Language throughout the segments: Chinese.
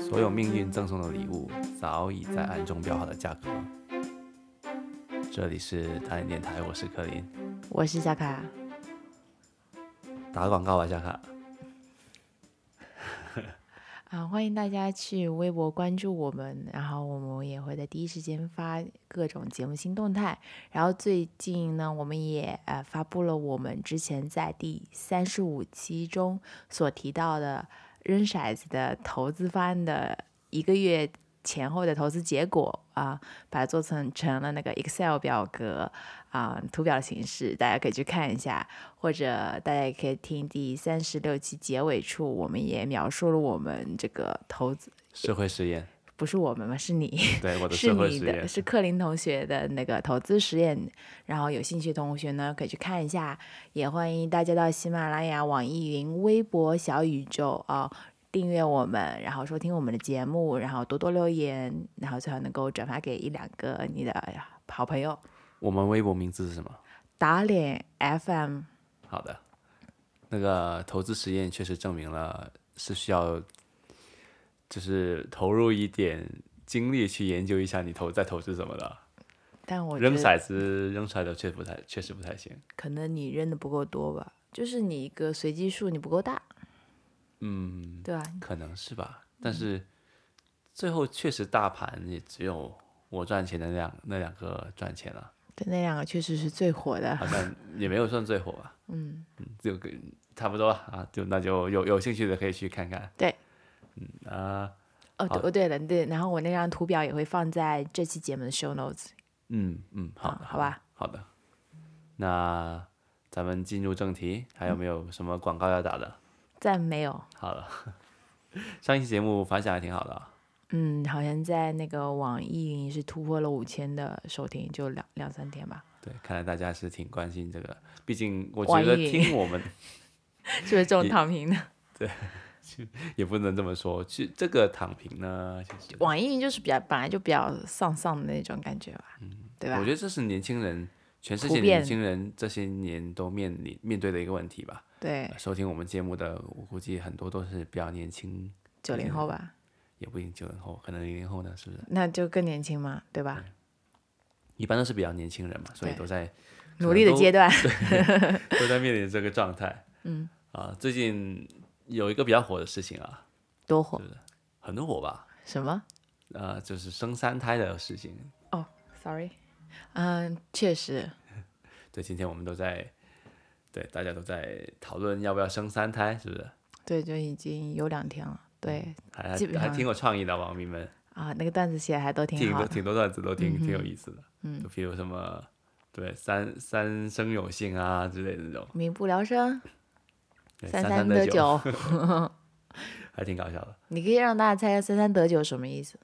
所有命运赠送的礼物，早已在暗中标好了价格。这里是台联电台，我是柯林。我是小卡，打广告吧，夏卡。啊，欢迎大家去微博关注我们，然后我们也会在第一时间发各种节目新动态。然后最近呢，我们也呃发布了我们之前在第三十五期中所提到的扔骰子的投资方案的一个月前后的投资结果啊、把它做成成了那个 Excel 表格啊、图表的形式，大家可以去看一下。或者大家也可以听第三十六期结尾处，我们也描述了我们这个投资，社会实验，不是我们嘛，是你，对我的是社会你实的，验，是克林同学的那个投资实验。然后有兴趣的同学呢，可以去看一下，也欢迎大家到喜马拉雅、网易云、微博、小宇宙啊、订阅我们，然后收听我们的节目，然后多多留言，然后最好能够转发给一两个你的哎呀好朋友。我们微博名字是什么？打脸 FM，好的，那个投资实验确实证明了是需要，就是投入一点精力去研究一下你投在投资什么的。但我觉扔得。骰子扔出来的确不太，确实不太行。可能你扔的不够多吧，就是你一个随机数你不够大，嗯，对吧？可能是吧，但嗯是最后确实大盘也只有我赚钱的那两那两个赚钱了，对，那两个确实是最火的好。像也没有算最火 吧。嗯嗯，就跟差不多吧啊，就那就有有兴趣的可以去看看。对，嗯啊。哦，对，哦对了，对，然后我那张图表也会放在这期节目的 show notes。嗯嗯，好啊的，好的吧，好的。那咱们进入正题，还嗯有没有什么广告要打的？暂没有，好了， 上一期节目反响还挺好的啊，嗯，好像在那个网易云是突破了五千的收听，就两两三天吧， 对，看来大家是挺关心这个，毕竟我网觉得易云听我们是不是这种躺平的？也不能这么说，去这个躺平呢，就是网易云就是比较本来就比较丧丧的那种感觉吧，对吧嗯我？觉得这是年轻人，全世界普遍年轻人这些年都面临面对的一个问题吧。对，收听我们节目的，我估计很多都是比较年轻，九零后吧，也不一定九零后，可能零零后呢，是不是？那就更年轻嘛，对吧？一般都是比较年轻人嘛，所以对都在努力的阶段，都在面临这个状态。嗯，啊，最近有一个比较火的事情啊，多火很火吧？什么？呃，就是生三胎的事情。哦，sorry，嗯，确实，对，今天我们都在，对，大家都在讨论要不要生三胎，是不是？对，就已经有两天了。对还还基本上还挺有创意的，网民们啊，那个段子写的还都挺挺好多的。挺多段子都挺、挺有意思的。嗯，就比如什么。对，三三生有幸啊之类的那种，民不聊生，对三哎三得得九，九。 还挺搞笑的。你可以让大家猜猜“三三得九”什么意思？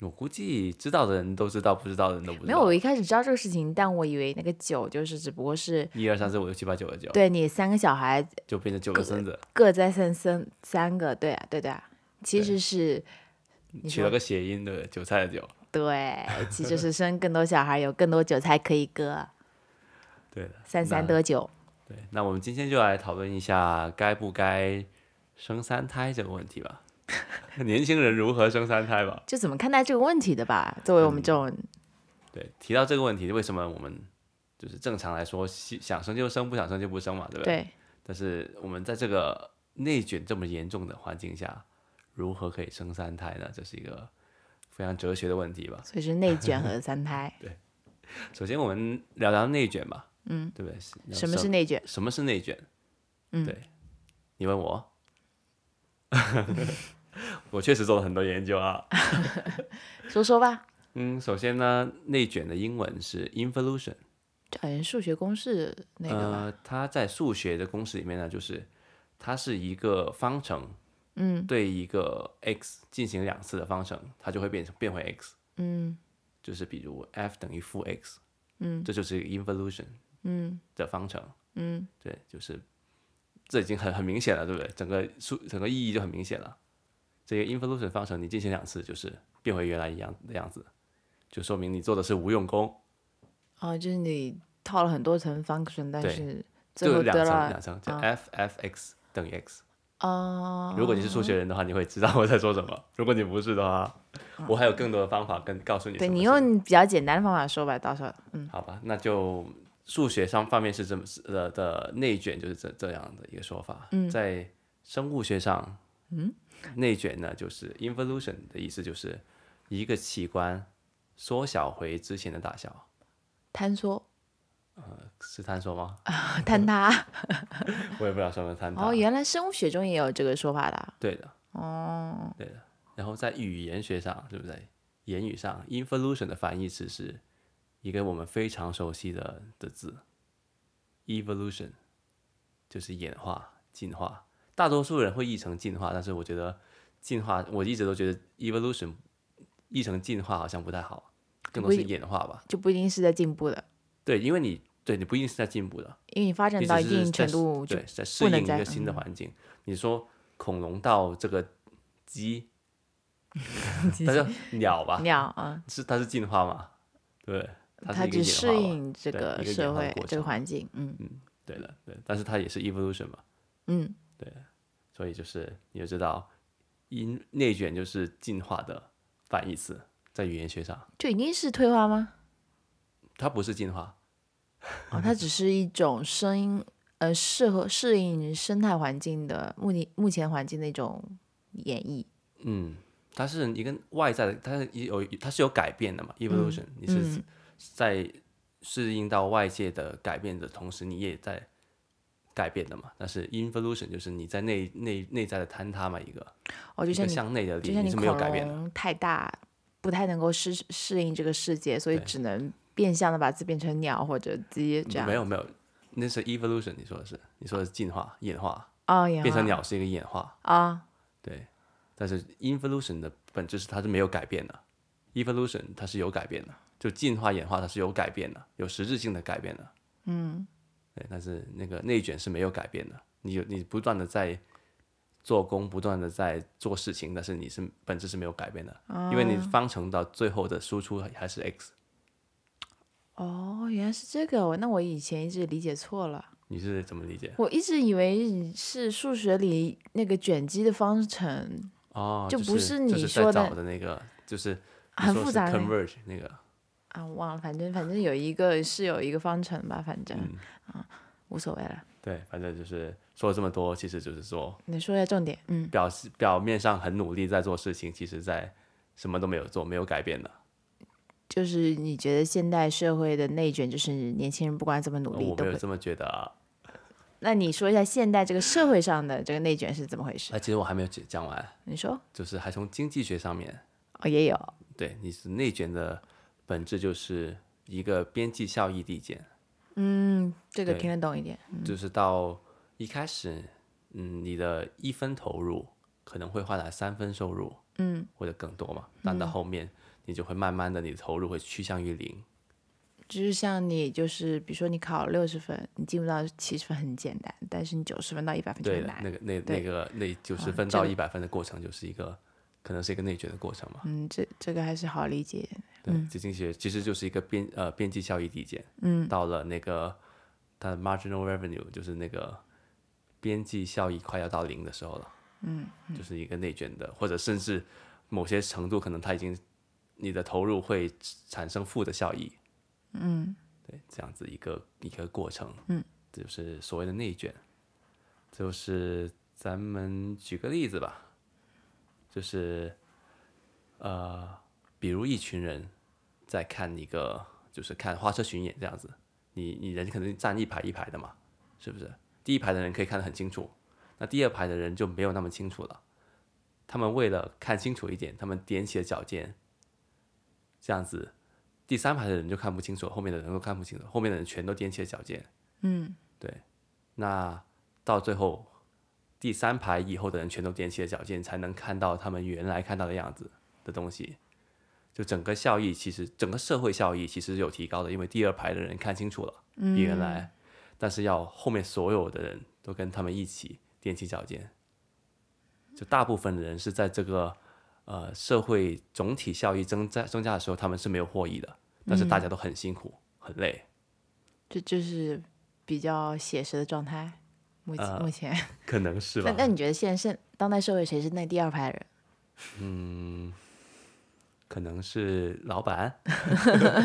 我估计知道的人都知道，不知道的人都不知道。没有，我一开始知道这个事情，但我以为那个九就是只不过是一二三四五六七八九的九，对你三个小孩就变成九个孙子，各在三三三个，对啊，对对啊，其实是你取了说个谐音的韭菜的韭。对，其实就是生更多小孩，有更多韭菜可以割，对的，三三那得九。对。那我们今天就来讨论一下该不该生三胎这个问题吧。 年轻人如何生三胎吧？就怎么看待这个问题的吧？作为嗯我们这种对，提到这个问题，为什么我们就是正常来说，希想生就生，不想生就不生嘛，对不对？对但是我们在这个内卷这么严重的环境下，如何可以生三胎呢？这是一个非常哲学的问题吧。所以是内 卷和三胎。首先，我们聊聊内卷吧。嗯，对不对？什么是内卷？什么是内卷？嗯，对，你问我， 我确实做了很多研究啊。说说吧，嗯，首先呢，内卷的英文是 involution，这好像数学公式那个吧？呃，它在数学的公式里面呢，就是它是一个方程，嗯，对一个 x 进行两次的方程，它就会变成变回 x，嗯就是比如 f 等于负 x，嗯这就是一个 involution 嗯的方程。嗯，对，就是这已经很很明显了，对不对？整个数整个意义就很明显了。这个 involution 方程你进行两次，就是变回原来一样的样子，就说明你做的是无用功，哦，就是你嗯套了很多层 function，但对是最就后两得层了两层，就啊 f f x 等于 x，哦、哦如果你是数学人的话，你会知道我在说什么；如果你不是的话，我还有更多的方法跟告诉你什对么你是。用比较简单的方法说吧，到时候 嗯好吧，那就数学上方面是这么是的的内卷就是这这样的一个说法。嗯，在生物学上，嗯，内卷呢就是 evolution 的意思，就是一个器官缩小回之前的大小，坍缩是坍缩吗？坍塌。我也不知道什么坍塌。啊哦，原来生物学中也有这个说法的啊。对的。哦，然后在语言学上，对不对？言语上，evolution 的反义词是一个我们非常熟悉的的字，evolution，就是演化、进化。大多数人会译成进化，但是我觉得进化，我一直都觉得 evolution 译成进化好像不太好，更多是不一演化吧。就不一定是在进步的，对，因为你对你不一定是在进步的，因为你发展你到只一是定在程适度就对，在适不能应一再嗯个新的环境。你说恐龙到这个 鸡，它叫鸟吧？鸟啊，是它是进化嘛？对，它是它一个只演化适嘛应这对个一个社演化的会过这个程环境。嗯对了，对，但是它也是 evolution 嘛，嗯，所以就是你就知道，因内卷就是进化的反义词，在语言学上，就一定是退化吗？它不是进化，哦，它只是一种声音，呃，适合适应生态环境的目的目前环境的一种演绎。嗯，它是一个外在的，它是有它是有改变的嘛，evolution，、你是嗯在适应到外界的改变的同时，你也在改变的嘛。但是 evolution 就是你在内内内在的坍塌嘛，一个哦，就一像个你向内的力，就像你你是恐没有改变的。龙太大，不太能够适适应这个世界，所以对只能变相的把自己变成鸟或者鸡这样。没有没有，那是 evolution，你说的是，你说的是进化、演化，哦，演变成化鸟是一个演化，啊，对。但是 evolution 的本质是它是没有改变的，evolution 它是有改变的，就进化、演化它是有改变的，有实质性的改变的。嗯，对。但是那个内卷是没有改变的，你有你不断的在做工，不断的在做事情，但是你是本质是没有改变的，因为你方程到最后的输出还还是 x，哦，原来是这个，那我以前一直理解错了，你是怎么理解？我一直以为是数学里那个卷积的方程，哦，就不是是就你是在说的找的那个，就是你很说复是杂的那个 converge 那个，啊，我忘了，反正反正有一个是有一个方程吧，反正、嗯啊无所谓了。对，反正就是说了这么多，其实就是说你说一下重点，嗯，表示表面上很努力在做事情，其实在什么都没有做，没有改变的。就是你觉得现代社会的内卷，就是年轻人不管怎么努呃力我都没会有这么觉得啊。那你说一下现代这个社会上的这个内卷是怎么回事？哎，其实我还没有讲讲完，你说就是还从经济学上面，哦，也有对，你是内卷的本质就是一个边际效益递减，嗯这个对听得懂一点，就是到一开始，嗯，你的一分投入可能会换来三分收入，嗯，或者更多嘛。但到嗯后面，你就会慢慢的，你的投入会趋向于零。就是像你就是比如说你考六十分，你进不到七十分很简单，但是你九十分到一百分就对很的，难那。个那对那个那九十啊分这到个一百分的过程，就是一个可能是一个内卷的过程嘛。嗯，这这个还是好理解。对，经济学其实就是一个边呃边际效益递减，嗯，到了那个它的 marginal revenue 就是那个边际效益快要到零的时候了，嗯，就是一个内卷的，或者甚至某些程度可能它已经你的投入会产生负的效益，嗯，对，这样子一个一个过程，嗯，就是所谓的内卷，就是咱们举个例子吧，就是呃。比如一群人在看一个，就是看花车巡演这样子，你你人肯定站一排一排的嘛，是不是？第一排的人可以看得很清楚，那第二排的人就没有那么清楚了。他们为了看清楚一点，他们踮起了脚尖，这样子，第三排的人就看不清楚，后面的人都看不清楚，后面的人全都踮起了脚尖。嗯，对，那到最后，第三排以后的人全都踮起了脚尖，才能看到他们原来看到的样子的东西。就整个效益，其实整个社会效益其实是有提高的，因为第二排的人看清楚了，比原来，但是要后面所有的人都跟他们一起踮起脚尖，就大部分的人是在这个呃社会总体效益增加增加的时候，他们是没有获益的，但是大家都很辛苦、很累，这就是比较写实的状态。目呃目前。可能是那吧。那你觉得现在现当代社会谁是那第二派人？可能是老板，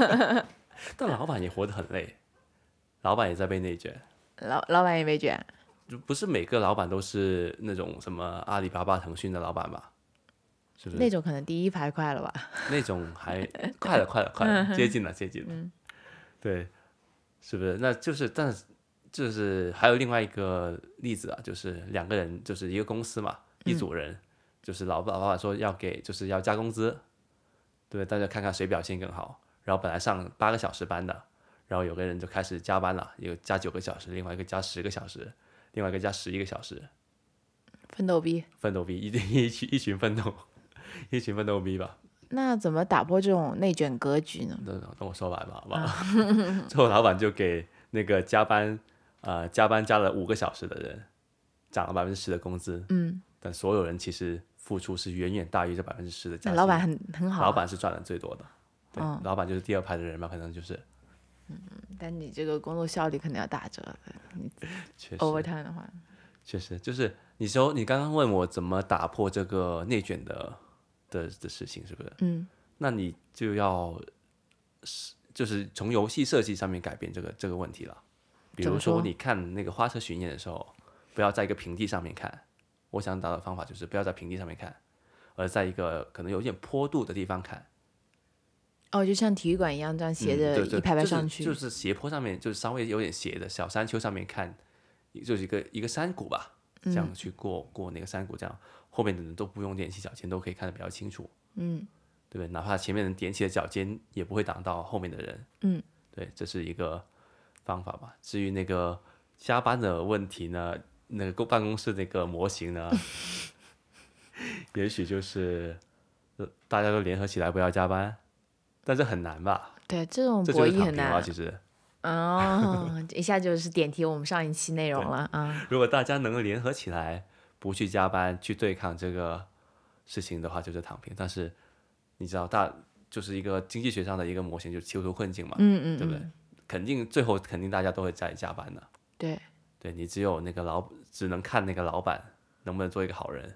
但老板也活得很累，老板也在被内卷。老老板也被卷，就不是每个老板都是那种什么阿里巴巴、腾讯的老板吧？是不是那种可能第一排快了吧？那种还快了，快了，快了，接近了，接近了。对，是不是？那就是，但是就是还有另外一个例子啊，就是两个人，就是一个公司嘛，一组人，就是老板老板说要给，就是要加工资，对，大家看看谁表现更好。然后本来上八个小时班的，然后有个人就开始加班了，有加九个小时，另外一个加十个小时，另外一个加十一个小时，奋斗逼，奋斗逼，一一群一群奋斗，一群奋斗逼吧。那怎么打破这种内卷格局呢？等等，等我说完吧，好不好？啊最后老板就给那个加班，呃，加班加了五个小时的人，涨了百分之十的工资。嗯，但所有人其实付出是远远大于这百分之十的加那薪。老板很很好啊，老板是赚的最多的，对，嗯老板就是第二排的人嘛，可能就是但你这个工作效率可能要打折了。 确实 overtime 的话，确实就是你说你刚刚问我怎么打破这个内卷的的的事情，是不是？嗯，那你就要是就是从游戏设计上面改变这个这个问题了。比怎如么说说，你看那个花车巡演的时候，不要在一个平地上面看。我想找的方法就是不要在平地上面看，而在一个可能有点坡度的地方看，哦，就像体育馆一样，这样斜嗯着对对一排排就是上去，就是斜坡上面，就是稍微有点斜的小山丘上面看，就是一个一个山谷吧，这嗯样去过、过那个山谷，这样后面的人都不用踮起脚尖都可以看得比较清楚，嗯，对不对？哪怕前面人踮起了脚尖，也不会挡到后面的人，嗯，对，这是一个方法吧。至于那个加班的问题呢，那个公办公室那个模型 呢，也许就是呃大家都联合起来不要加班，但这很难吧？对，这种这博就是弈躺很平了。难其实，哦， 一下就是点题我们上一期内容了啊。如果大家能联合起来，不去加班去对抗这个事情的话，就是躺平。但是你知道大，就是一个经济学上的一个模型，就是囚徒困境嘛，嗯嗯，对不对嗯？肯定最后肯定大家都会在加班的。对，对你只有那个老，只能看那个老板能不能做一个好人。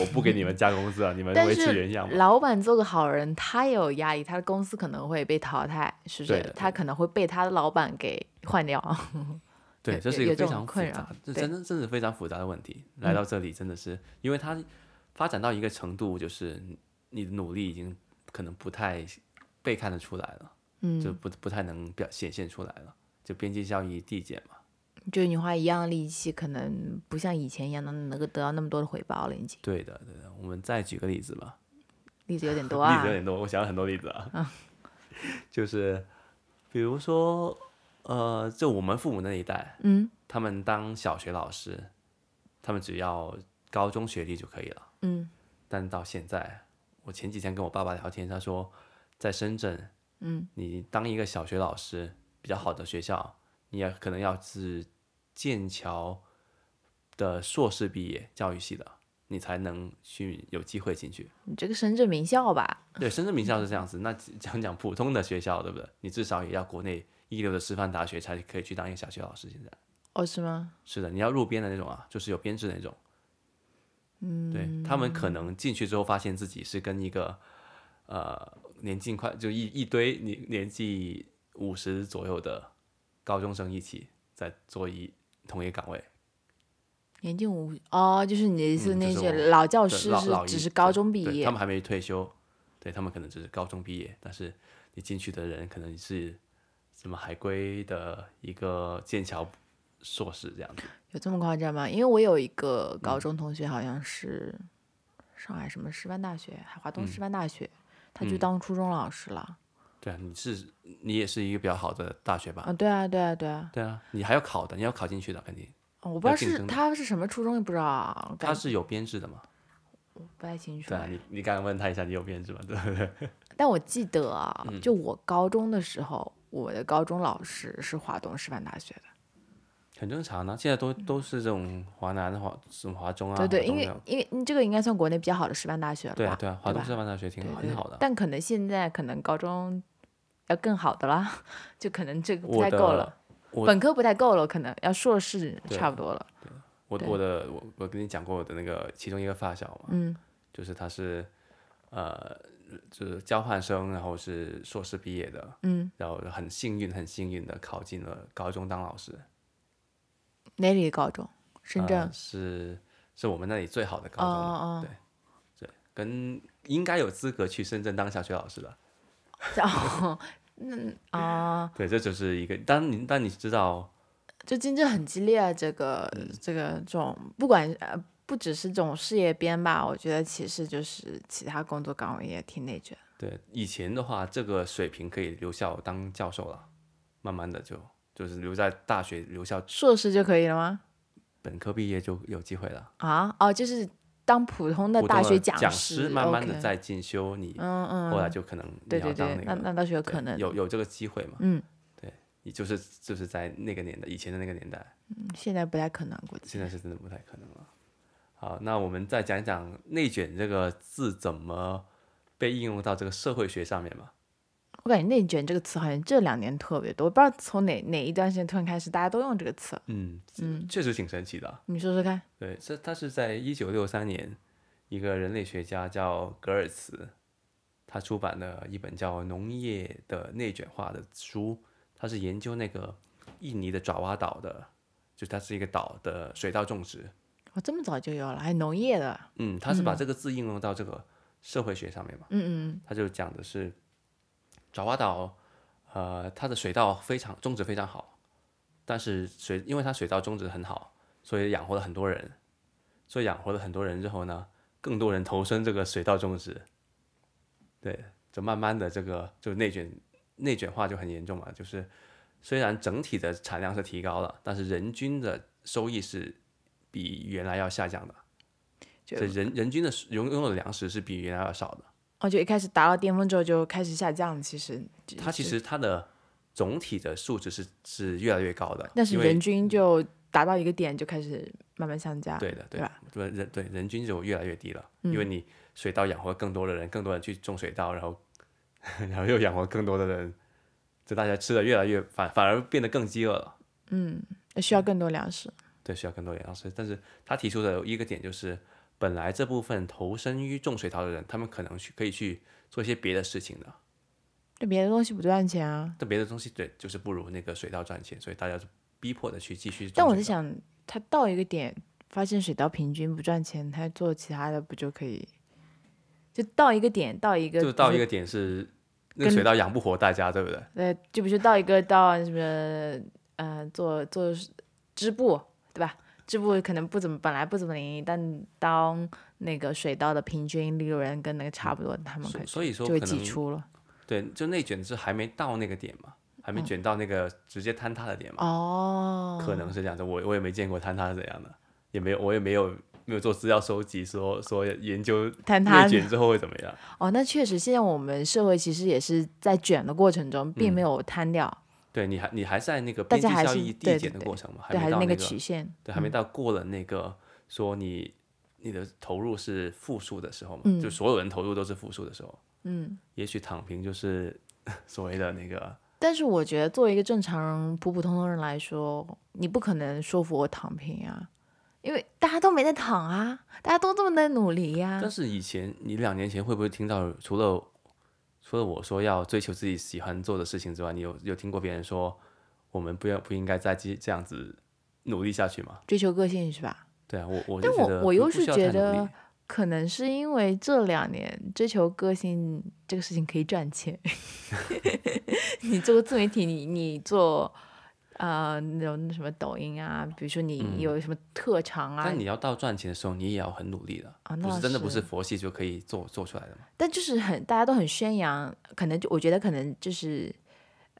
我不给你们加工资啊，你们但维持是原样吧。老板做个好人，他也有压力，他的公司可能会被淘汰，是不对是的？他可能会被他的老板给换掉。 对，有这有是一个有这非种常复困杂扰，这对真真真是非常复杂的问题。来到这里真的是，因为它发展到一个程度，就是你的努力已经可能不太被看得出来了，就嗯，不不太能表显现出来了，就边际效益递减嘛。就你花一样的力气，可能不像以前一样能能够得到那么多的回报了，已经。对的，对的。我们再举个例子吧。例子有点 多例啊嗯子有。点多，我想了很多例子啊， 就是比如说，呃，就我们父母那一代，嗯，他们当小学老师，他们只要高中学历就可以了，嗯，但到现在，我前几天跟我爸爸聊天，他说，在深圳，嗯，你当一个小学老师，比较好的学校，你也可能要是剑桥的硕士毕业教育系的，你才能去有机会进去。你这个深圳名校吧，对，深圳名校是这样子。那只讲讲普通的学校，对不对？你至少也要国内一流的师范大学才可以去当一个小学老师。现在哦，是吗？是的，你要入编的那种啊，就是有编制那种。嗯，对他们可能进去之后发现自己是跟一个呃年纪快就一一堆年年纪五十左右的高中生一起在做一同一个岗位。年近五哦，就是你的意思，嗯就那是些我老教对师老哦是老只一是对高中毕对业他，们还没退休，对他们可能只是高中毕业，但是你进去的人可能是什么海归的一个剑桥硕士这样子，有这么夸张吗？因为我有一嗯个高中同学，好像是上海什么师范大学，海华嗯东师范大学，他就当初中老师了。对啊，你是你也是一个比较好的大学吧？啊，对啊，对啊，对啊。对啊，你还要考的，你要考进去的，肯定哦我不知道竞是争的他是什么初中，也不知道啊，我它感是有编制的嘛？不太清楚对啊，哎。你你刚刚问他一下，你有编制吗？对不对？但我记得啊，就嗯我高中的时候，我的高中老师是华东师范大学的。很正常呢，现在都都是这种华南、华什么华中啊，对对，华东因为这样因为你这个应该算国内比较好的师范大学了吧？对啊对啊，华东吧师范大学挺对好，对很好的。但可能现在可能高中要更好的啦，就可能这个不我太的够了。我本科不太够了，可能要硕士对差不多了。我对我的我我跟你讲过我的那个其中一个发小嘛，嗯就是他是呃就是交换生，然后是硕士毕业的，嗯，然后很幸运很幸运的考进了高中当老师，哪里的高中？深圳呃、。是是我们那里最好的高哦中哦了，哦。跟应该有资格去深圳当小学老师的。 然后，那啊、对，这就是一个，当你当你知道，就竞争很激烈啊，这个、嗯这个这种，不管呃，不只是这种事业编吧，我觉得其实就是其他工作岗位也挺内卷。对以前的话，这个水平可以留校当教授了，慢慢的就就是留在大学留校，硕士就可以了吗？本科毕业就有机会了。啊，哦，就是当普通的普大通学的讲师，慢慢的 OK 在进修，你嗯嗯，后来就可能你对要对当对，那那个那倒是有对可能，有有这个机会嘛？嗯，对，你就是就是在那个年代，以前的那个年代，嗯现在不太可能，估计现在是真的不太可能了。好，那我们再讲讲“内卷”这个字怎么被应用到这个社会学上面嘛？我感觉“内卷”这个词好像这两年特别多，我不知道从哪哪一段时间突然开始大家都用这个词了，嗯嗯，确实挺神奇的啊。你说说看，对，这他是在一九六三年，一个人类学家叫格尔茨，他出版了一本叫《农业的内卷化》的书，他是研究那个印尼的爪哇岛的，就它是一个岛的水稻种植。我哦这么早就有了，还农业的，嗯，他是把这个字应用到这个社会学上面嘛？嗯嗯他就讲的是爪哇岛，呃，它的水稻非常种植非常好，但是水因为它水稻种植很好，所以养活了很多人，所以养活了很多人之后呢，更多人投身这个水稻种植，对，就慢慢的这个就内卷内卷化就很严重嘛，就是虽然整体的产量是提高了，但是人均的收益是比原来要下降的，就所以人人均的拥拥有的粮食是比原来要少的。哦，就一开始达到巅峰之后就开始下降了，其实就它其是实它的总体的数值是是越来越高的，但是因为嗯人均就达到一个点就开始慢慢下降，对的对对吧？嗯对人对人均就越来越低了，因为你水稻养活更多的人，更多人去种水稻，然后 然后又养活更多的人，就大家吃的越来越反反而变得更饥饿了，嗯需要更多粮食，对，需要更多粮食。但是他提出的一个点就是，本来这部分投身于种水稻的人，他们可能去可以去做一些别的事情的，就别的东西不赚钱啊。但别的东西对就是不如那个水稻赚钱，所以大家就逼迫的去继续种水稻。但我在想，他到一个点发现水稻平均不赚钱，他做其他的不就可以？就到一个点，到一个就到一个个点是，那个跟水稻养不活大家，对不对？呃，就比如说到一个到什么呃做做织布，对吧？织布可能不怎么本来不怎么灵，但当那个水稻的平均利润跟那个差不多，他们可嗯所能所以说就会可挤能出了。对，就内卷是还没到那个点嘛，还没卷到那个直接坍塌的点嘛，嗯哦，嗯可能是这样的。我我也没见过坍塌是怎样的，也没有我也没有没有做资料收集说说研究坍塌内卷之后会怎么样。哦，那确实，现在我们社会其实也是在卷的过程中，嗯并没有摊掉，对你还你还在那个大边际家还效是益对递对减的对过程嘛，对，没还是到那那个个曲线，对，还没到过了那个说你你的投入是负数的时候嘛，就所有人投入都是负数的时候，嗯。也许躺平就是 所谓的那个。但是我觉得，作为一个正常人、普普通通人来说，你不可能说服我躺平啊，因为大家都没在躺啊，大家都这么在努力呀、但是以前你两年前会不会听到，除了除了我说要追求自己喜欢做的事情之外，你有有听过别人说我们不要不应该再继这样子努力下去吗？追求个性是吧？对啊，我我但就我觉得我不又不是需要太觉努得力可能是因为这两年追求个性这个事情可以赚钱， 你做个自媒体，你你做。呃，那种什么抖音啊，比如说你有什么特长啊，嗯但你要到赚钱的时候，你也要很努力的，啊不那是真的不是是佛系就可以做做出来的嘛？但就是很大家都很宣扬，可能就我觉得可能就是，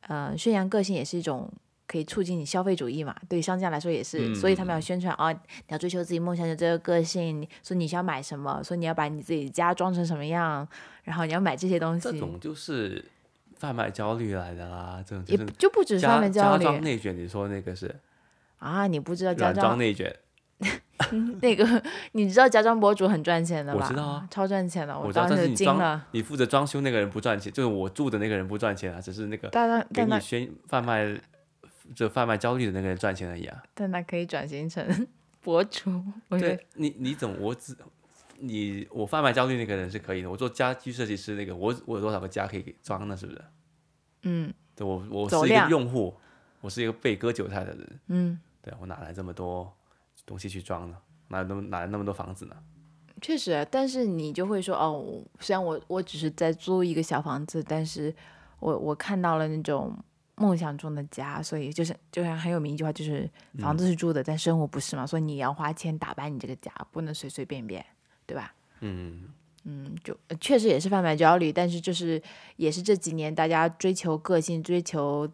呃，宣扬个性也是一种可以促进你消费主义嘛，对于商家来说也是，所以他们嗯要宣传啊、你要追求自己梦想的这个个性，你说你想要买什么，说你要把你自己家装成什么样，然后你要买这些东这，西种就是贩卖焦虑来的啦，这种也就不是就不止家贩卖焦家虑装内卷，你说那个是啊，你不知道家软装装内卷，那个， 你知道家装博主很赚钱的我吧？知道啊超赚钱的，我知道，当但是时你惊装了，你负责装修那个人不赚钱，就是我住的那个人不赚钱啊，只是那个大家给但那你宣贩卖就贩卖焦虑的那个人赚钱而已啊。但他可以转型成 博主，我觉得对你，你总我只你我贩卖焦虑那个人是可以的，我做家居设计师那个，我我有多少个家可以给装呢？是不是？嗯对我我走是一个量用户，我是一个被割韭菜的人，嗯，对我哪来这么多东西去装呢？哪有那么哪来那么多房子呢？确实。啊但是你就会说，哦，我虽然我我只是在租一个小房子，但是我我看到了那种梦想中的家，所以就是就像很有名一句话，就是房子是住的，但生活不是嘛，所以你要花钱打扮你这个家，不能随随便便，对吧？嗯，嗯，就呃确实也是贩卖焦虑，但是就是也是这几年大家追求个性、追求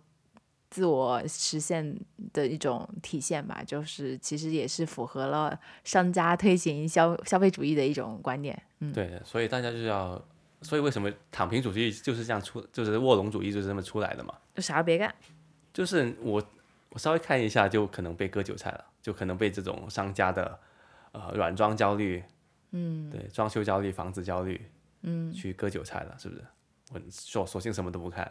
自我实现的一种体现吧，就是其实也是符合了商家推行消消费主义的一种观点。嗯，对的，所以大家就要，所以为什么躺平主义就是这样出，就是卧龙主义就是这么出来的嘛？就啥都别干。就是我我稍微看一下就可能被割韭菜了，就可能被这种商家的呃软装焦虑，嗯，对，装修焦虑、房子焦虑，嗯，去割韭菜了，是不是？我索索性什么都不看，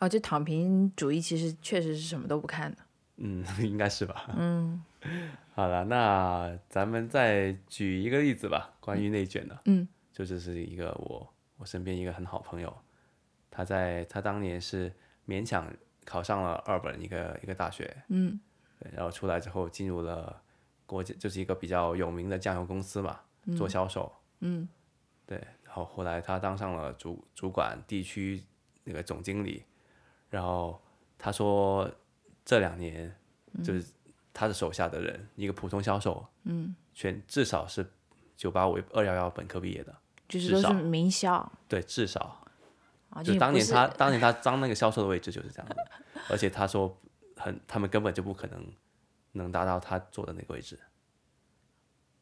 哦，就躺平主义其实确实是什么都不看的。嗯， 应该是吧，嗯。 好了，那咱们再举一个例子吧，关于内卷的，嗯，就这是一个我我身边一个很好朋友，他在他当年是勉强考上了二本一个一个大学，嗯对然后出来之后进入了国际，就是一个比较有名的酱油公司嘛，做销售。嗯对，然后后来他当上了主主管、地区那个总经理。然后他说，这两年就是他的手下的人，一个普通销售，嗯，全至少是九八五、二幺幺本科毕业的，就是至都少是名校对，至少啊，就是当不年是他当年他当那个销售的位置就是这样的，而且他说很，他们根本就不可能能达到他做的那个位置。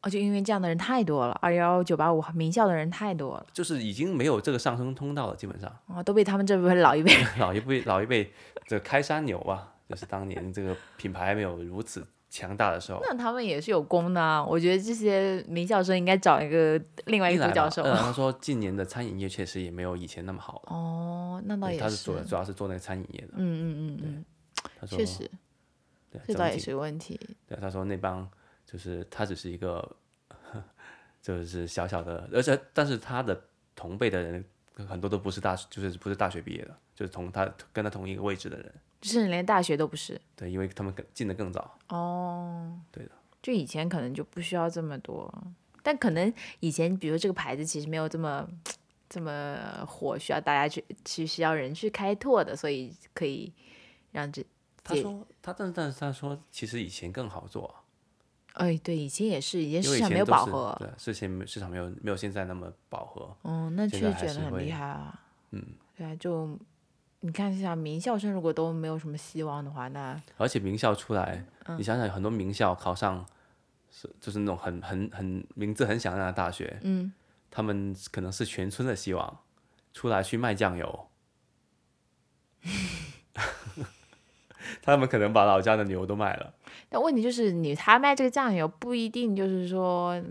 哦，就因为这样的人太多了，二幺九八五名校的人太多了，就是已经没有这个上升通道了，基本上哦，都被他们这波老一辈 老一辈老一辈这个开山牛吧，就是当年这个品牌没有如此强大的时候， 那他们也是有功的啊，我觉得这些名校生应该找一个另外一一个来独吧嗯角兽。二来他说近年的餐饮业确实也没有以前那么好了，哦，那倒对也他是，是主主要是做那个餐饮业的，嗯嗯嗯他嗯，说确实，对这整倒也体是个问题。对，他说那帮就是他只是一个， 就是小小的，而且但是他的同辈的人很多都不是大，就是不是大学毕业的，就是同他跟他同一个位置的人，就是连大学都不是对，因为他们更进的更早，哦，对的，就以前可能就不需要这么多，但可能以前比如这个牌子其实没有这么这么火，需要大家去去需要人去开拓的，所以可以让这他对说他但是但是他说其实以前更好做啊，哎对，以前也是，以前因为市以场前没有都饱是和，对，之前没市场没有没有现在那么饱和，哦，那现在确实还卷是的很会厉害啊。嗯，对啊，就你看一下名校生，如果都没有什么希望的话，那而且名校出来，嗯你想想很多名校考上是就是那种很很很名字很响亮的大学，嗯，他们可能是全村的希望，出来去卖酱 油，他们可能把老家的牛都卖了，但问题就是你他卖这个酱油不一定就是说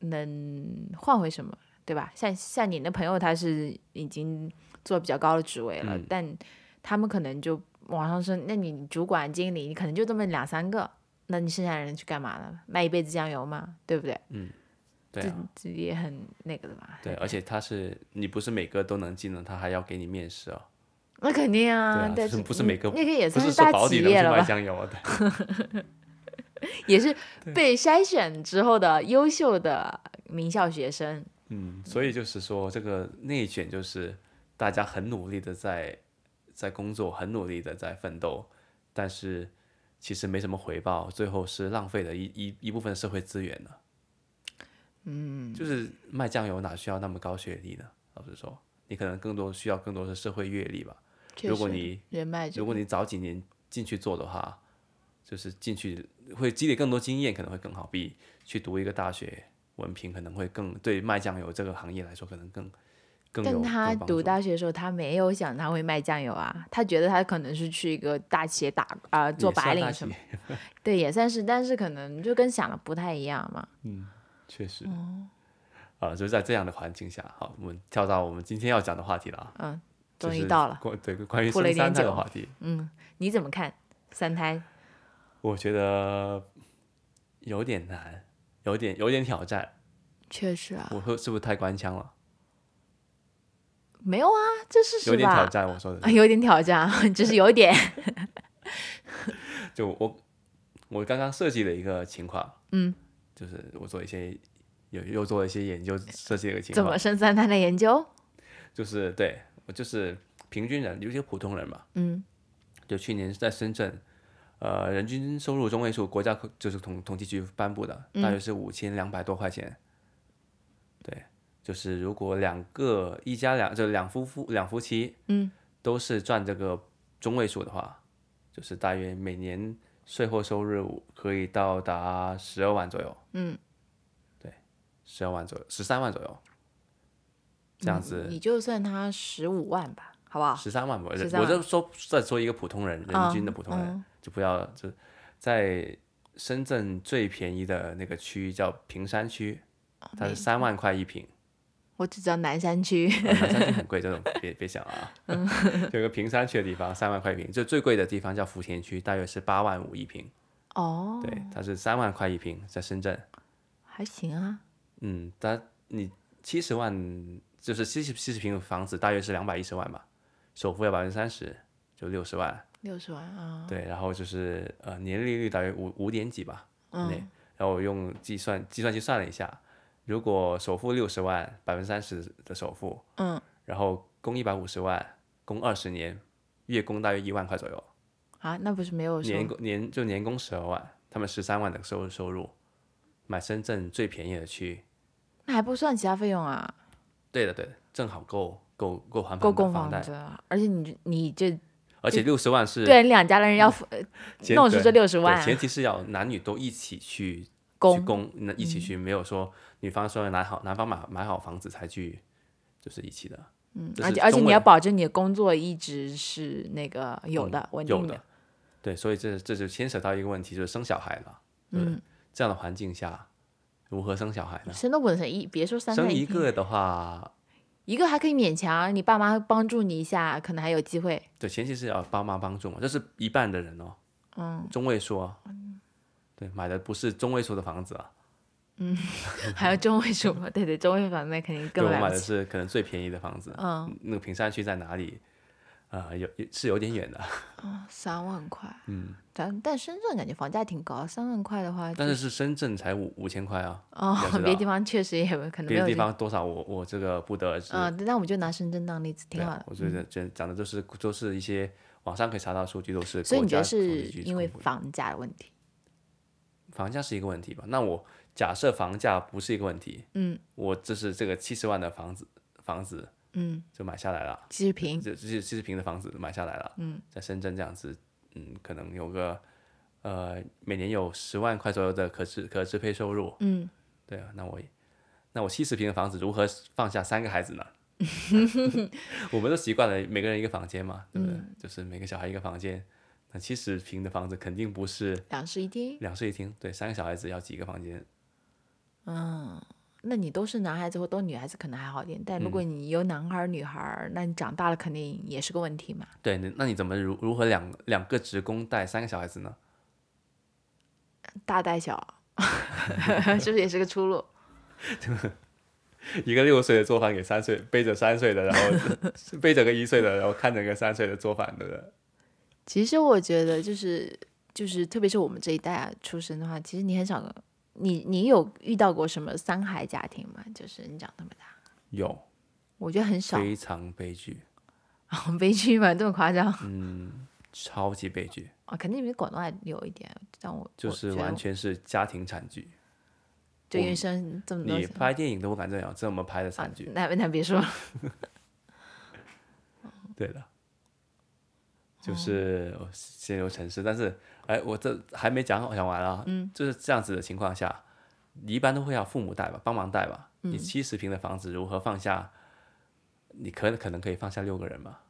能换回什么，对吧？像像你的朋友他是已经做比较高的职位了，嗯但他们可能就往上升，那你主管经理你可能就这么两三个，那你剩下的人去干嘛呢？卖一辈子酱油嘛，对不对？对啊，这这也很那个的吧？对，而且他是你不是每个都能进的，他还要给你面试哦，那肯定啊，对啊但就是是不是每个那个也不算是说大保企底能去业了卖吧？酱油啊，对 也是被筛选之后的优秀的名校学生。嗯，所以就是说，这个内卷就是大家很努力的在在工作，很努力的在奋斗，但是其实没什么回报，最后是浪费了一一一部分社会资源的。嗯，就是卖酱油哪需要那么高学历呢？老实说，你可能更多需要更多的社会阅历吧。确如果实你人脉这如果你早几年进去做的话，就是进去会积累更多经验，可能会更好，比去读一个大学文凭可能会更对卖酱油这个行业来说可能更更有但他更帮读助大学的时候，他没有想他会卖酱油啊，他觉得他可能是去一个大企业打啊、呃、做也算白大领企什么，业，对，也算是，但是可能就跟想的不太一样嘛。确实。哦啊，就是在这样的环境下，好，我们跳到我们今天要讲的话题了啊，嗯，就终于是到了，关对关于铺了生一点三胎的久话题，嗯，你怎么看？三胎，我觉得有点难，有点有点挑战。确实啊，我说是不是太官腔了？没有啊，这是有是点挑吧？啊战，我说的是。有点挑战，只是有点，就我我刚刚设计了一个情况，嗯，就是我做一些有又做了一些研究，设计了一个情怎况么，生三胎的研究？就是对我就是平均人，有些普通人嘛，嗯就去年在深圳，呃，人均收入中位数，国家就是统统计局颁布的，大约嗯是五千两百多块钱。对，就是如果两个一家两就两夫妇两夫妻，嗯，都是赚这个中位数的话，就是大约每年税后收入可以到达十二万左右。嗯，对，十二万左右，十三万左右，这样子你就算他十五万吧，好不好？十三万吧， 13我万就说再说一个普通人，人均的普通人，嗯就不要就在深圳最便宜的那个区域叫坪山区，它是三万块一平，我只知道南山区， 啊坪山区很贵，这种别别想啊。 有个坪山区的地方三万块一平，就最贵的地方叫福田区，大约是八万五一平，哦，对，它是三万块一平，在深圳，还行啊，嗯，但你七十万就是七十七十平的房子，大约是两百一十万吧，首付要百分之三十，就六十万。六十万啊，对，然后就是呃年利率大约五五点几吧，对嗯，然后我用计算计算机算了一下，如果首付六十万，百分之三十的首付，嗯，然后供一百五十万，供二十年，月供大约一万块左右，啊，那不是没有年说，供年就年供十二万，他们十三万的收入收入，买深圳最便宜的区，那还不算其他费用啊，对的对的，正好够够够还够房贷供房房贷，子啊，而且你你这而且六十万是对两家人嗯要付前弄出对这60对万啊前提是要男女都一起去去供，嗯供，那一起去，没有说女方说拿好男方买买好房子才去，就是一起的。嗯而且而且你要保证你的工作一直是那个有的嗯稳有定的，，对，所以这这就牵扯到一个问题，就是生小孩了。对不对，这样的环境下如何生小孩呢？嗯生都不能生一，别说嗯三生胎一天个的话，一个还可以勉强，你爸妈帮助你一下，可能还有机会。对，前提是要爸妈帮助嘛，这是一半的人哦，嗯，中位数哦。对，买的不是中位数的房子啊，还有中位数嘛，对对，中位数那肯定对更嗯我来买不的及。是可能最便宜的房子。嗯，那个坪山区在哪里？啊，有是有点远的，嗯三万块，嗯，咱但深圳感觉房价挺高，三万块的话就，但是是深圳才五五千块啊。哦你要知，道别的地方确实也可能没别有的地这个。方多少我我这个不得而知。嗯，那我们就拿深圳当例子，对挺好啊的，。嗯我觉得这讲的都是都是一些网上可以查到的数据，都是所以国你觉家得统计是局因为公布的房价的问题？房价是一个问题吧？那我假设房价不是一个问题，嗯，我这是这个七十万的房子房子嗯，就买下来了，其实平，这这是七十平的房子买下来了，嗯，在深圳这样子，嗯，可能有个呃每年有十万块左右的可支可支配收入，嗯，对啊，那我也那我七十平的房子如何放下三个孩子呢？ 我们都习惯了每个人一个房间嘛，对不对？嗯就是每个小孩一个房间。那七十平的房子肯定不是两室一厅。两室一厅，对，三个小孩子要几个房间？嗯那你都是男孩子或都女孩子可能还好一点，但如果你有男孩儿、女孩儿，那你长大了肯定也是个问题嘛。对，那那你怎么如如何两两个职工带三个小孩子呢？ 大带小， 是不是也是个出路？一个六岁的做饭给三岁背着三岁的，然后 背着个一岁的，然后看着个三岁的做饭，对不对？其实我觉得就是就是，特别是我们这一代啊出生的话，其实你很少，你你有遇到过什么三孩家庭吗？就是你长那么大，有我觉得很少，非常悲剧，很 悲剧嘛，这么夸张嗯啊、超级悲剧，哦？肯定比广东还有一点，但我就我是觉得完我全是家庭惨剧。就因为生这么多你小拍电影都不敢这样这么拍的啊惨剧，，那那别说了，对哦的，就是我血流成市。但是，哎，我这还没讲讲完啊，嗯，就是这样子的情况下，你一般都会要父母带吧，帮忙带吧。嗯你七十平的房子如何放下？你可可能可以放下六个人吧？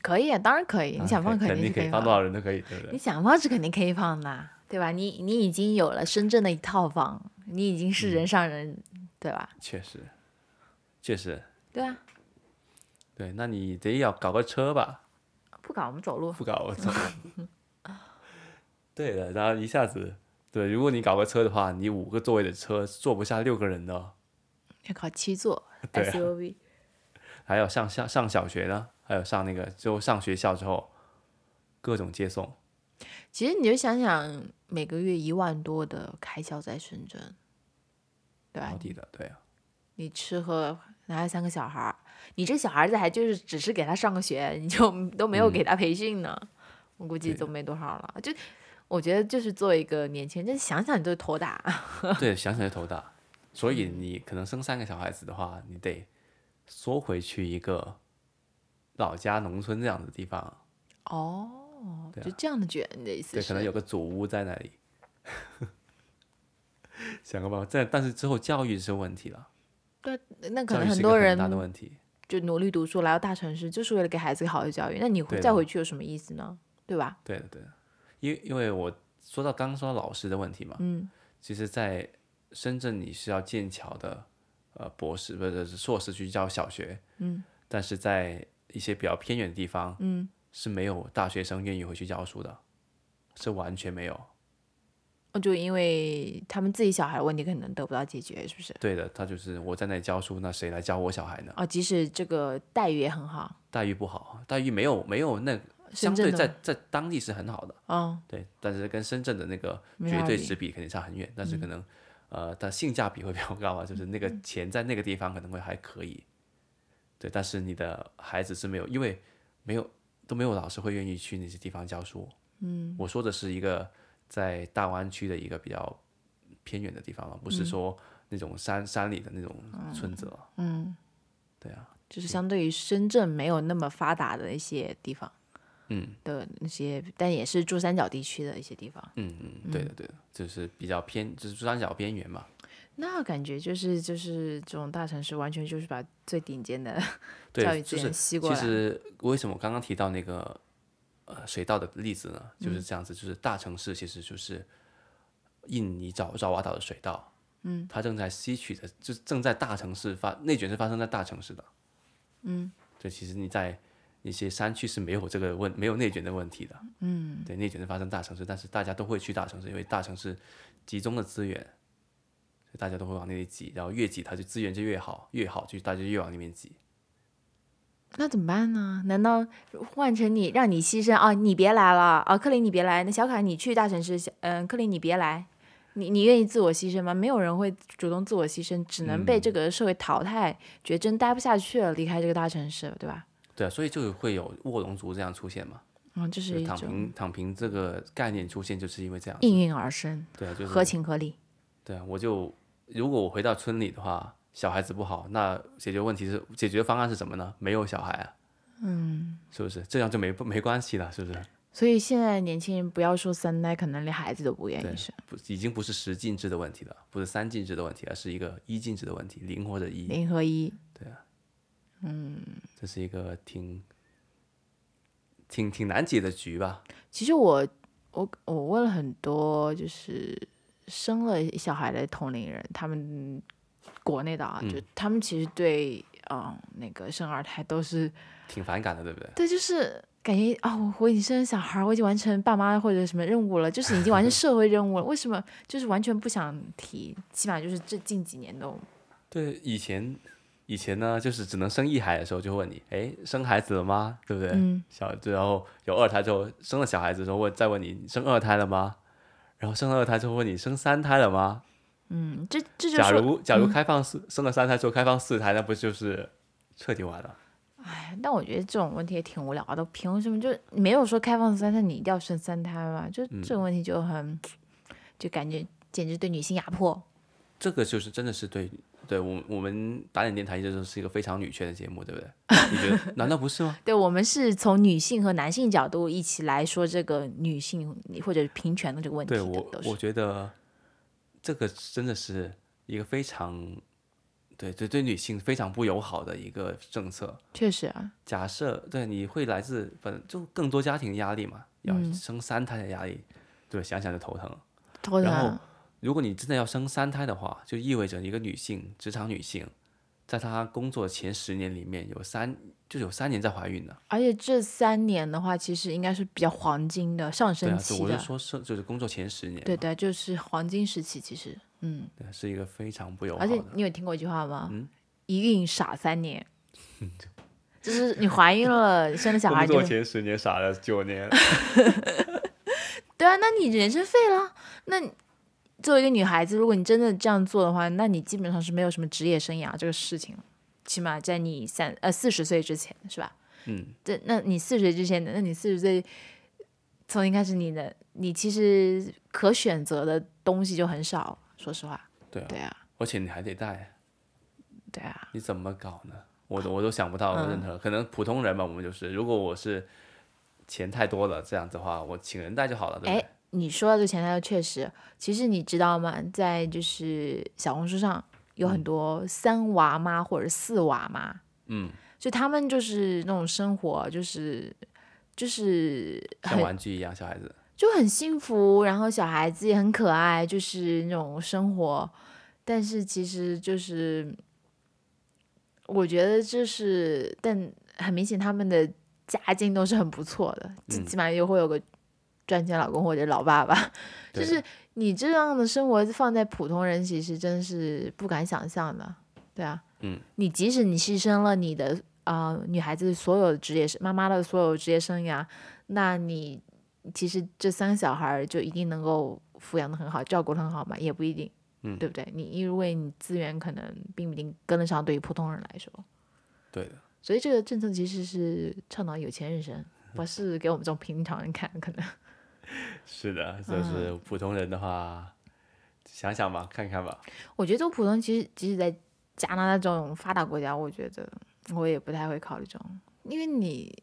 可以，啊，当然可以，啊你想放肯肯定定是可以以放多少人都可以，对不你对？想放是肯定可以放的，对吧？你你已经有了深圳的一套房，你已经是嗯人上人，对吧？确实，确实，对啊，对。那你得要搞个车吧？不搞我们走路。不搞我走。 对的，然后一下子，对，如果你搞个车的话，你五个座位的车坐不下六个人的，哦要考七座 对啊 SUV，还有上下上小学呢，还有上那个就上学校之后，各种接送，其实你就想想，每个月一万多的开销在深圳，对吧好？地的，对啊，你吃喝，然后三个小孩儿，你这小孩子还就是只是给他上个学，你就都没有给他培训呢，我估计嗯对都没多少了。就我觉得，就是做一个年轻人，就想想你就头大。 对，想想就头大。所以你可能生三个小孩子的话，你得缩回去一个老家农村这样的地方，哦，对啊就这样的卷，你的意思对，是？可能有个祖屋在那里， 想个办法。但但是之后教育是问题了，对，那可教能育是一个多很人大的问题。就努力读书，来到大城市，就是为了给孩子好的教育。那你对回再的回去有什么意思呢？对吧？对的，对的，因为因为我说到刚刚说到老师的问题嘛，嗯，其实，在深圳你是要剑桥的呃博士不是是硕士去教小学，嗯，但是在一些比较偏远的地方，嗯，是没有大学生愿意回去教书的，是完全没有。哦就因为他们自己小孩问题可能得不到解决，是不是？对的，他就是我在那里教书，那谁来教我小孩呢？啊，即使这个待遇也很好，待遇不好，待遇没有没有那深相圳对的在在当地是很好的，嗯，对，但是跟深圳的那个没绝法对比值比肯定差很远，但是可能、呃，它性价比会比较高啊，就是那个钱在那个地方可能会还可以，对，但是你的孩子是没有，因为没有都没有老师会愿意去那些地方教书，嗯，我说的是一个在大湾区的一个比较偏远的地方了，不是说那种山、山里的那种村子了，嗯，对啊，就是相对于深圳没有那么发达的一些地方，嗯的那些，但也是珠三角地区的一些地方。嗯嗯，对的对的，就是比较偏，就是珠三角边缘嘛，那感觉就是就是这种大城市，完全就是把最顶尖的 对，教育就资是。源吸过来。其实为什么我刚刚提到那个呃水稻的例子呢？嗯就是这样子，就是大城市其实就是印尼爪爪哇岛的水稻，嗯，它正在吸取的，就是正在大城市发内卷是发生在大城市的，嗯，对，其实你在一些山区是没有这个问没有内卷的问题的，嗯，对，内卷是发生大城市，但是大家都会去大城市，因为大城市集中的资源。所以大家都会往那里挤，然后越挤，它就资源就越好，越好就大家就越往里面挤。那怎么办呢？难道换成你，让你牺牲啊、你别来了啊，克林你别来，那小凯你去大城市，小嗯，克林你别来，你你愿意自我牺牲吗？没有人会主动自我牺牲，只能嗯被这个社会淘汰，觉得真待不下去了，离开这个大城市，对吧？对啊，所以就会有卧龙族这样出现嘛，嗯，这就是是一躺种平躺平这个概念出现，就是因为这样。应运而生，对啊，就合是情合理。对啊，我就如果我回到村里的话，小孩子不好，那解决问题是解决方案是什么呢？没有小孩啊，嗯，是不是这样就没没关系了？是不是？所以现在年轻人不要说三胎，可能连孩子都不愿意对生，不已经不是十进制的问题了，不是三进制的问题，而是一个一进制的问题，零或者一，零和一。这是一个挺挺挺难解的局吧？其实我我我问了很多，就是生了小孩的同龄人，他们国内的啊，嗯就他们其实对嗯那个生二胎都是挺反感的，对不对？对，就是感觉啊、我我已经生了小孩，我已经完成爸妈或者什么任务了，就是已经完成社会任务了，为什么就是完全不想提？起码就是这近几年都对，以前以前呢，就是只能生一孩的时候，就会问你，哎，生孩子了吗？对不对？嗯小，然后有二胎之后，生了小孩子之后，问再问你生二胎了吗？然后生了二胎之后问你生三胎了吗？嗯，这这就是假说，嗯如假如开放四、生了三胎之后开放四胎，那不就是彻底完了？哎，但我觉得这种问题也挺无聊的，凭什么就没有说开放三胎你一定要生三胎嘛？就嗯这种问题就很，就感觉简直对女性压迫。这个就是真的是对对我们我们打脸电台一直都是一个非常女权的节目，对不对？你觉 得难道不是吗？对我们是从女性和男性角度一起来说这个女性或者平权的这个问题对的，我都，是我觉得这个真的是一个非常对对对女性非常不友好的一个政策。确实啊，假设对你会来自本就更多家庭压力嘛，要嗯生三胎的压力，对，想想就头疼。头疼然后啊。如果你真的要生三胎的话，就意味着一个女性，职场女性，在她工作前十年里面有三就有三年在怀孕呢。而且这三年的话，其实应该是比较黄金的上对升啊，就期我的，是说是就是工作前十年嘛，对对，就是黄金时期，其实，嗯，对是一个非常不友好而且的。你有听过一句话吗？嗯一孕傻三年，就是你怀孕了，生了小孩工就作前十年傻了九年，对啊，那你人生废了。那你作为一个女孩子，如果你真的这样做的话，那你基本上是没有什么职业生涯这个事情了，起码在你三呃四十岁之前是吧？嗯，对，那你四十岁之前，那你四十岁从一开始你的你其实可选择的东西就很少，说实话。对啊对啊，而且你还得带，对啊，你怎么搞呢？我都我都想不到任嗯何、可能普通人吧，我们就是如果我是钱太多了这样子的话，我请人带就好了，对不对哎？你说到这前台确实，其实你知道吗？在就是小红书上有很多三娃妈或者四娃妈，嗯，就他们就是那种生活，就是就是像很玩具一样，小孩子。就很幸福，然后小孩子也很可爱，就是那种生活。但是其实就是，我觉得这是，但很明显他们的家境都是很不错的，最嗯起码也会有个赚钱老公或者老爸爸。就 对是你这样的生活放在普通人，其实真是不敢想象的，对啊。嗯，你即使你牺牲了你的啊、呃女孩子所有职业生妈妈的所有职业生涯，那你其实这三个小孩儿就一定能够抚养的很好，照顾的很好嘛？也不一定，嗯对不对？你因为你资源可能并不一定跟得上，对于普通人来说，对的，所以这个政策其实是倡导有钱人生，不是给我们这种平常人看，可能。 是嗯的，就是普通人的话，想想吧，看看吧。我觉得做普通，其实即使在加拿大这种发达国家，我觉得我也不太会考虑这种，因为你，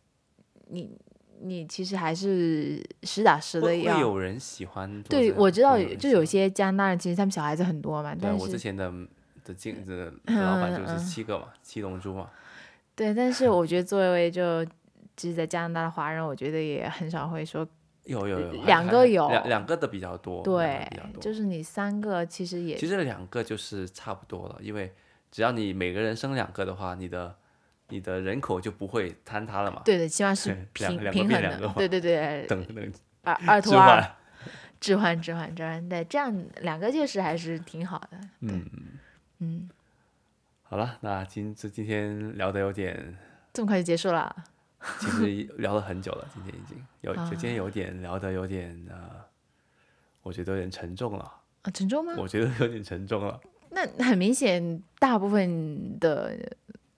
你，你其实还是实打实的会要会。有人喜欢做这啊对，样我知道会有，人就喜有欢些加拿大人其实他们小孩子很多嘛，对但我之是前的的镜子的老板就嗯嗯是七个嘛，七龙珠嘛，对，但是我觉得作为就即使在加拿大的华人，我觉得也很少会说，有有有，还两个还有两两个的比较多，两对个比较，多。就是你三个其实也其实两个就是差不多了，因为只要你每个人生两个的话，你的你的人口就不会坍塌了嘛，对的，起码是 两平两个平衡变两个的嘛，对 对对，等等二二置拖二。换。置换置换置换，对，这样两个确实还是挺好的。嗯，嗯，好了，那今这今天聊的有点，这么快就结束了，其实 聊了很久了，今天已经有啊就今天有点聊的有点呃，我觉得有点沉重了，啊，沉重吗？我觉得有点沉重了。那很明显，大部分的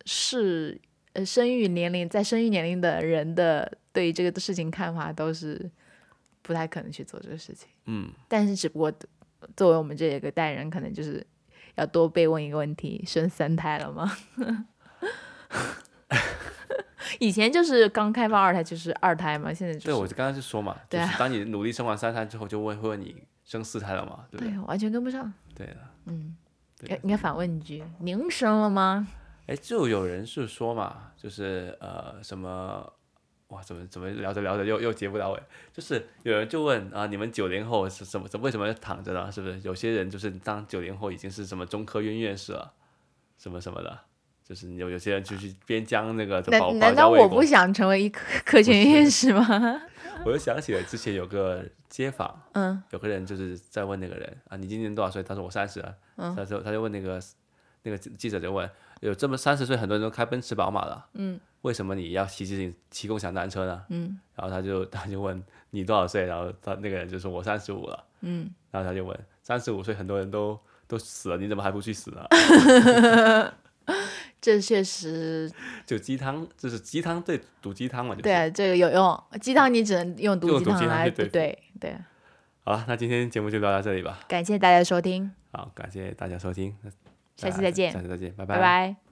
是呃生育年龄在生育年龄的人的对于这个事情看法都是不太可能去做这个事情。嗯，但是只不过作为我们这一个代人，可能就是要多被问一个问题：生三胎了吗？ 以前就是刚开放二胎就是二胎嘛，现在就是对，我就刚刚就说嘛，就对啊是当你努力生完三胎之后，就会会问你生四胎了嘛，对不对对？，哎完全跟不上。对的。嗯，对应该反问一句：您生了吗？哎，就有人是说嘛，就是呃什么，哇，怎么怎么聊着聊着又又结不到尾，就是有人就问啊，你们九零后是怎么怎么为什么躺着呢？是不是有些人就是当九零后已经是什么中科院院士了，什么什么的，就是有有些人就去边疆那个保难保难家道卫我不国，想成为一科科学院士吗？ 我就想起了之前有个街坊，嗯，有个人就是在问那个人啊，你今年多少岁？他说我三十了，嗯他就他就问那个那个记记者就问，有这么三十岁很多人都开奔驰宝马了，嗯，为什么你要骑自行骑共享单车呢？嗯，然后他就 他就问你多少岁？然后他那个人就说我三十五了，嗯，然后他就问三十五岁很多人都都死了，你怎么还不去死啊呢？这确实 就鸡汤，就是鸡汤对毒鸡汤嘛，就是。对啊这个有用。鸡汤你只能用毒用鸡毒汤鸡汤来去对付对对。啊好了，那今天节目就聊到这里吧。感谢大家的收听，好，感谢大家收听，那大下期家再见哎下期再见，拜拜拜